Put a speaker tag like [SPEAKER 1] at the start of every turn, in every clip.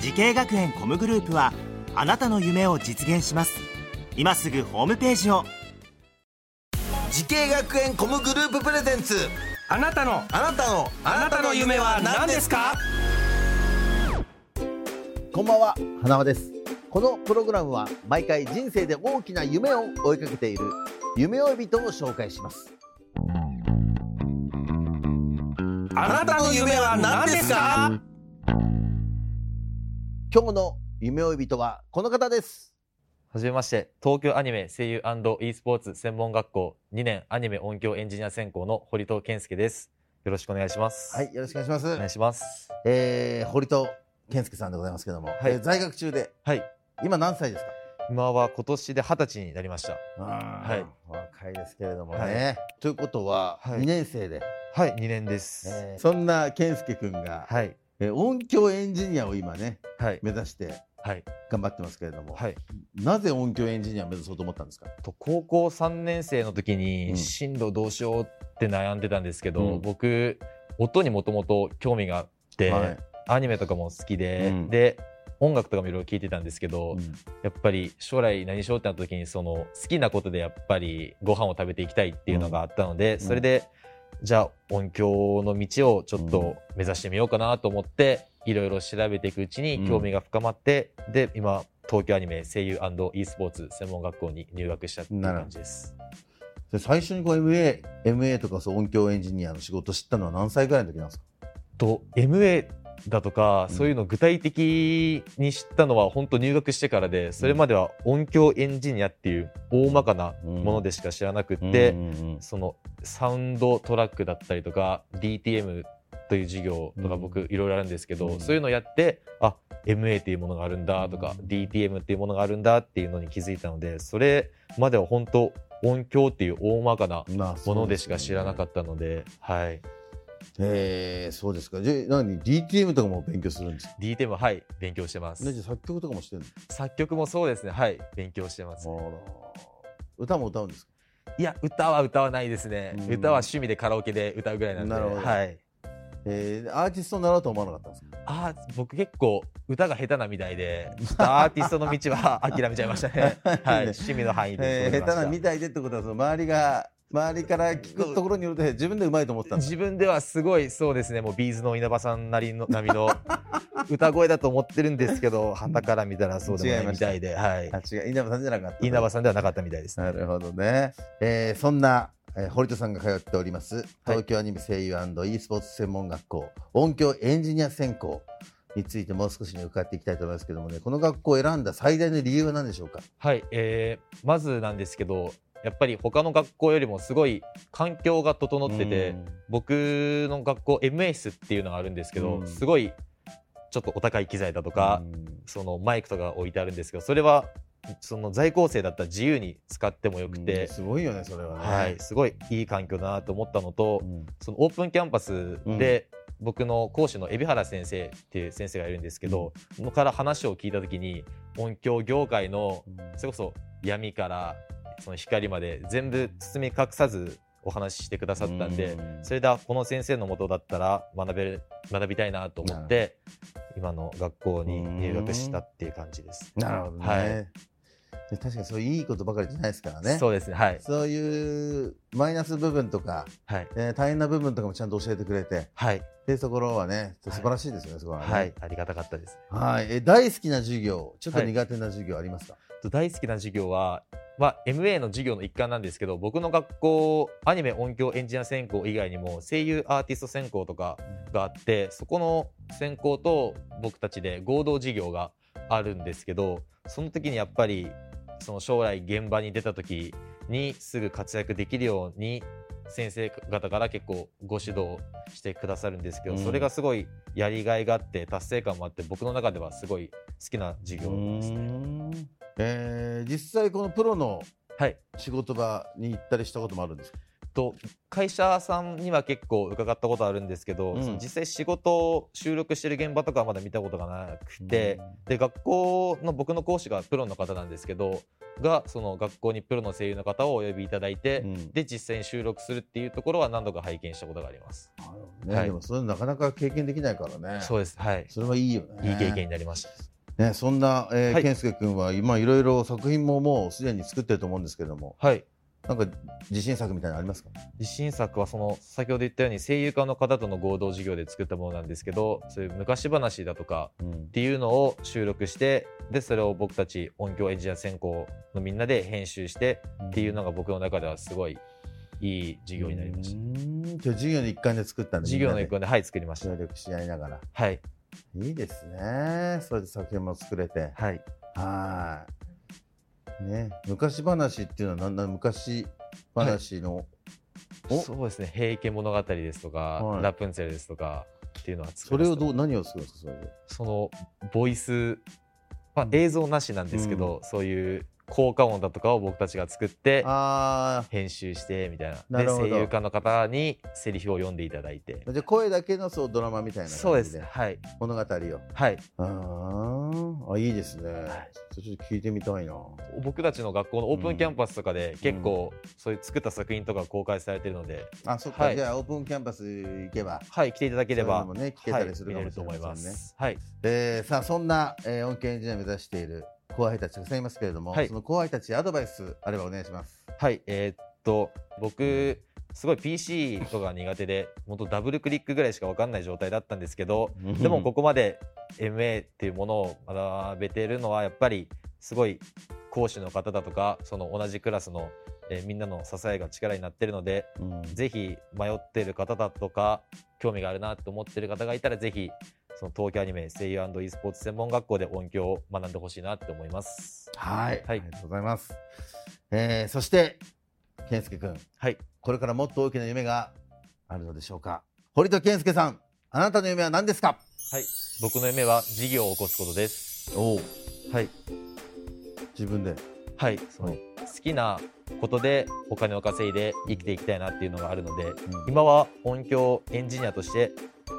[SPEAKER 1] 時系学園コムグループはあなたの夢を実現します今すぐホームページを
[SPEAKER 2] 時系学園コムグループプレゼンツ
[SPEAKER 3] あなたの
[SPEAKER 2] あなたの
[SPEAKER 3] あなたの夢は何ですか
[SPEAKER 4] こんばんは、花輪です。このプログラムは毎回人生で大きな夢を追いかけている夢追い人を紹介します。
[SPEAKER 3] あなたの夢は何ですか
[SPEAKER 4] 今日の夢追い人はこの方です。
[SPEAKER 5] はじめまして、東京アニメ声優 &e スポーツ専門学校2年アニメ音響エンジニア専攻の堀戸健介です。よろしくお願いします。
[SPEAKER 4] はい、、よろしくお願いし
[SPEAKER 5] お願
[SPEAKER 4] ま
[SPEAKER 5] い
[SPEAKER 4] す。
[SPEAKER 5] します。
[SPEAKER 4] えー、堀戸健介さんでございますけども、
[SPEAKER 5] はい
[SPEAKER 4] えー在学中で
[SPEAKER 5] はい、
[SPEAKER 4] 今何歳ですか。
[SPEAKER 5] 今は今年で二十歳になりました。、
[SPEAKER 4] はい若いですけれどもね。
[SPEAKER 5] は
[SPEAKER 4] ということは、
[SPEAKER 5] はい
[SPEAKER 4] 2年生で、
[SPEAKER 5] はい、2年です。
[SPEAKER 4] えーそんな健介くんが、
[SPEAKER 5] はい、
[SPEAKER 4] えー音響エンジニアを今ね
[SPEAKER 5] はい、
[SPEAKER 4] 目指して
[SPEAKER 5] はい、
[SPEAKER 4] 頑張ってますけれども、
[SPEAKER 5] はい。
[SPEAKER 4] なぜ音響エンジニアを目指そうと思ったんですか。
[SPEAKER 5] と高校3年生の時
[SPEAKER 4] うん
[SPEAKER 5] に進路どうしようって悩んでたんですけど、
[SPEAKER 4] うん
[SPEAKER 5] 僕、音にもともと興味があって、
[SPEAKER 4] はい
[SPEAKER 5] アニメとかも好きで、
[SPEAKER 4] うん
[SPEAKER 5] で、音楽とかもいろいろ聞いてたんですけど、
[SPEAKER 4] うん
[SPEAKER 5] やっぱり将来何しようってなった時にその好きなことでやっぱりご飯を食べていきたいっていうのがあったので、それでじゃあ音響の道をちょっと目指してみようかなと思っていろいろ調べていくうち
[SPEAKER 4] うん
[SPEAKER 5] に興味が深まって、で今東京アニメ声優 &e スポーツ専門学校に入学したっていう感じです。
[SPEAKER 4] で最初にこう MA, MA とかそう音響エンジニアの仕事知ったのは何歳ぐらいの時なんですか
[SPEAKER 5] と MA だとか、
[SPEAKER 4] うん
[SPEAKER 5] そういうの具体的に知ったのは本当入学してからでそれまでは音響エンジニアっていう大まかなものでしか知らなくって。
[SPEAKER 4] うんうんうん
[SPEAKER 5] そのサウンドトラックだったりとか DTM という授業と
[SPEAKER 4] う
[SPEAKER 5] か
[SPEAKER 4] ん
[SPEAKER 5] 僕いろいろあるんですけど、
[SPEAKER 4] うん
[SPEAKER 5] そういうのをやってあ MA っていうものがあるんだとか、DTM っていうものがあるんだっていうのに気づいたのでそれまでは本当音響っていう大まかな
[SPEAKER 4] まあそ
[SPEAKER 5] も
[SPEAKER 4] う
[SPEAKER 5] のでしか知らなか
[SPEAKER 4] っ
[SPEAKER 5] ったので、はい、
[SPEAKER 4] た。えー、そうですか。じゃあ何 DTM とかも勉強するんですか
[SPEAKER 5] DTM ははい勉強してま
[SPEAKER 4] ねじ
[SPEAKER 5] す
[SPEAKER 4] ゃあ作曲とかもしてるんですか
[SPEAKER 5] 作曲もそうですねはい勉強してます
[SPEAKER 4] 歌も歌うんですか
[SPEAKER 5] いや歌は歌わないですね、
[SPEAKER 4] うん
[SPEAKER 5] 歌は趣味でカラオケで歌うぐらいなんで
[SPEAKER 4] なるほど
[SPEAKER 5] はい
[SPEAKER 4] えー、アーティストになろうと思わなかったんですか
[SPEAKER 5] あー僕結構歌が下手なみたいでちょっとアーティストの道 は諦めちゃいましたね、はい、趣味の範囲
[SPEAKER 4] えー、
[SPEAKER 5] でそ
[SPEAKER 4] 下
[SPEAKER 5] う
[SPEAKER 4] 手
[SPEAKER 5] な
[SPEAKER 4] なみ
[SPEAKER 5] りました
[SPEAKER 4] いでってことはその周りが周りから聞くところによると自分でうまいと思ってたんです
[SPEAKER 5] 自分ではすごいそうですねもうビーズの稲葉さんなりの並 みの歌声だと思ってるんですけど旗から見たらそうで
[SPEAKER 4] 違い
[SPEAKER 5] もな
[SPEAKER 4] ま
[SPEAKER 5] いみ
[SPEAKER 4] した
[SPEAKER 5] たいで、はい、
[SPEAKER 4] あ違う稲葉さんじゃなかった
[SPEAKER 5] 稲葉さんではなかったみたいですね
[SPEAKER 4] なるほどね。えーそんな、えー堀田さんが通っております、東京アニメ声優 &e スポーツ専門学校音響エンジニア専攻についてもう少しね伺っていきたいと思いますけどもね、この学校を選んだ最大の理由は何でしょうか。
[SPEAKER 5] はい、えーまずなんですけどやっぱり他の学校よりもすごい環境が整ってて、僕の学校 MA 室っていうのがあるんですけど、
[SPEAKER 4] うん
[SPEAKER 5] すごいちょっとお高い機材だとか、
[SPEAKER 4] うん
[SPEAKER 5] そのマイクとか置いてあるんですけどそれはその在校生だったら自由に使ってもよく
[SPEAKER 4] うん
[SPEAKER 5] て、
[SPEAKER 4] すごいよね、それはね。
[SPEAKER 5] はい、すごいいい環境だなと思ったのと、
[SPEAKER 4] うん
[SPEAKER 5] そのオープンキャンパスで、僕の講師の海老原先生っていう先生がいるんですけど、そのから話を聞いた時に音響業界のそれこそ闇からその光まで全部包み隠さずお話ししてくださったんで、
[SPEAKER 4] うん
[SPEAKER 5] それだこの先生のもとだったら学べる学びたいなと思って今の学校に入学したっていう感じです。
[SPEAKER 4] なるほどね。
[SPEAKER 5] はい
[SPEAKER 4] で確かにそういういいことばかりじゃないですからね。
[SPEAKER 5] そうですねはい
[SPEAKER 4] そういうマイナス部分とか、
[SPEAKER 5] はい
[SPEAKER 4] えー大変な部分とかもちゃんと教えてくれて、
[SPEAKER 5] はい
[SPEAKER 4] っていうところはね、素晴らしいですよね、そこはね。
[SPEAKER 5] はいありがたかったです。
[SPEAKER 4] はい、え大好きな授業、ちょっと
[SPEAKER 5] はい
[SPEAKER 4] 苦手な授業ありますか。
[SPEAKER 5] と大好きな授業は、まあ、MA の授業の一環なんですけど僕の学校アニメ音響エンジニア専攻以外にも声優アーティスト専攻とかがあってそこの専攻と僕たちで合同授業があるんですけどその時にやっぱりその将来現場に出た時にすぐ活躍できるように先生方から結構ご指導してくださるんですけど、
[SPEAKER 4] うん
[SPEAKER 5] それがすごいやりがいがあって達成感もあって僕の中ではすごい好きな授業ですね。
[SPEAKER 4] うんえー実際このプロの
[SPEAKER 5] はい
[SPEAKER 4] 仕事場に行ったりしたこともあるんですか
[SPEAKER 5] と会社さんには結構伺ったことあるんですけど、
[SPEAKER 4] うん
[SPEAKER 5] その実際仕事を収録してる現場とかはまだ見たことがなくて、で学校の僕の講師がプロの方なんですけどがその学校にプロの声優の方をお呼びいただいて、
[SPEAKER 4] うん
[SPEAKER 5] で実際に収録するっていうところは何度か拝見したことがあります。
[SPEAKER 4] ね
[SPEAKER 5] はい
[SPEAKER 4] でもそれなかなか経験できないからね
[SPEAKER 5] そうですはい
[SPEAKER 4] それはいいよね
[SPEAKER 5] いい経験になりました。
[SPEAKER 4] ね、そんな、えー
[SPEAKER 5] はい
[SPEAKER 4] 健介君は今いろいろ作品ももうすでに作ってると思うんですけども
[SPEAKER 5] はい。
[SPEAKER 4] なんか自信作みたいなのありますか
[SPEAKER 5] 自信作はその先ほど言ったように声優家の方との合同授業で作ったものなんですけど、そういう昔話だとか
[SPEAKER 4] うん
[SPEAKER 5] っていうのを収録して、でそれを僕たち音響エンジニア専攻のみんなで編集してっていうのが僕の中ではすごいいい授業になりまし
[SPEAKER 4] う
[SPEAKER 5] た。
[SPEAKER 4] ん今日授業の一環で作ったんで
[SPEAKER 5] 授業の一
[SPEAKER 4] 環
[SPEAKER 5] 環ではい作りました。
[SPEAKER 4] 協力し合いながら
[SPEAKER 5] はい
[SPEAKER 4] いいですねそれで作品も作れて
[SPEAKER 5] はい。
[SPEAKER 4] はいね昔話っていうのは何なの昔話の、お
[SPEAKER 5] そうですね「平家物語」ですとか、
[SPEAKER 4] はい
[SPEAKER 5] ラプンツェル」ですとかっていうのは作
[SPEAKER 4] それ
[SPEAKER 5] りまし
[SPEAKER 4] を
[SPEAKER 5] た
[SPEAKER 4] どう何をするんですかそれで
[SPEAKER 5] そのボイス、まあ、映像なしなんですけど、そういう効果音だとかを僕たちが作って
[SPEAKER 4] あ
[SPEAKER 5] 編集してみたいな
[SPEAKER 4] な
[SPEAKER 5] で
[SPEAKER 4] るほど
[SPEAKER 5] 声優家の方にセリフを読んでいただいて
[SPEAKER 4] あじゃあ声だけのそうドラマみたいな感じで
[SPEAKER 5] そうですねはい
[SPEAKER 4] 物語を
[SPEAKER 5] はい
[SPEAKER 4] あーあいいですねそれちょっと聞いてみたいな
[SPEAKER 5] 僕たちの学校のオープンキャンパスとかで結構そういう作った作品とか公開されてるので、
[SPEAKER 4] あそっか、
[SPEAKER 5] はい
[SPEAKER 4] じゃあオープンキャンパス行けば
[SPEAKER 5] はい来ていただければ
[SPEAKER 4] そういうのもね聞けたりするか
[SPEAKER 5] はい
[SPEAKER 4] も
[SPEAKER 5] 見れ
[SPEAKER 4] しれ
[SPEAKER 5] と
[SPEAKER 4] ま
[SPEAKER 5] 思
[SPEAKER 4] せ
[SPEAKER 5] い
[SPEAKER 4] んね
[SPEAKER 5] ますはい
[SPEAKER 4] えーさあそんな、えー音響エンジニアを目指している後輩たちがたくさんいますけれども、
[SPEAKER 5] はい
[SPEAKER 4] その後輩たちへアドバイスあればお願いします。
[SPEAKER 5] はい、えーっと僕すごい PC とか苦手で本当ダブルクリックぐらいしか分かんない状態だったんですけどでもここまで MA っていうものを学べてるのはやっぱりすごい講師の方だとかその同じクラスの、えーみんなの支えが力になってるので
[SPEAKER 4] うん
[SPEAKER 5] ぜひ迷ってる方だとか興味があるなと思ってる方がいたらぜひその東京アニメ声優 &e スポーツ専門学校で音響を学んでほしいなって思います。
[SPEAKER 4] はい、
[SPEAKER 5] はい
[SPEAKER 4] ありがとうございます。えーそして健介くん、
[SPEAKER 5] はい、
[SPEAKER 4] これからもっと大きな夢があるのでしょうか。堀戸健介さん、あなたの夢は何ですか。
[SPEAKER 5] はい、僕の夢は事業を起こすことです。
[SPEAKER 4] お
[SPEAKER 5] はい、
[SPEAKER 4] 自分で。
[SPEAKER 5] はい、その
[SPEAKER 4] は
[SPEAKER 5] 好
[SPEAKER 4] い
[SPEAKER 5] きなことでお金を稼いで生きていきたいなっていうのがあるので、今は音響エンジニアとして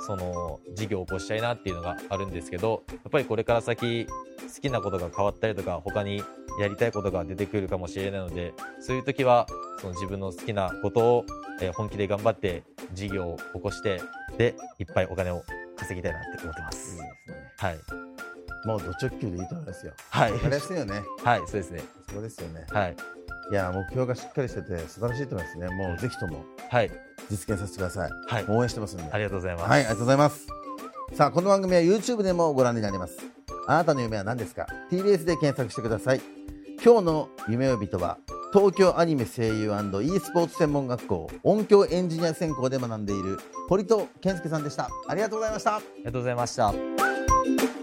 [SPEAKER 5] その事業を起こしたいなっていうのがあるんですけどやっぱりこれから先好きなことが変わったりとか他にやりたいことが出てくるかもしれないのでそういう時はその自分の好きなことをえー本気で頑張って事業を起こしてでいっぱいお金を稼ぎたいなって思ってます。はい、
[SPEAKER 4] もうド直球でいいと思いますよ。
[SPEAKER 5] はい
[SPEAKER 4] わ、かりやすいよね。
[SPEAKER 5] はい、そうですね。
[SPEAKER 4] そうですよね。
[SPEAKER 5] はい、
[SPEAKER 4] いや目標がしっかりしてて素晴らしいと思いますね。もうぜひとも
[SPEAKER 5] はい、
[SPEAKER 4] 実現させてください。
[SPEAKER 5] はい、
[SPEAKER 4] 応援してますんで。
[SPEAKER 5] ありがとうございます。
[SPEAKER 4] はい、ありがとうございます。さあ、この番組は YouTube でもご覧になります。あなたの夢は何ですか ?TBS で検索してください。今日の夢呼びとは、東京アニメ声優 &e スポーツ専門学校音響エンジニア専攻で学んでいる堀戸健介さんでした。ありがとうございました。
[SPEAKER 5] ありがとうございました。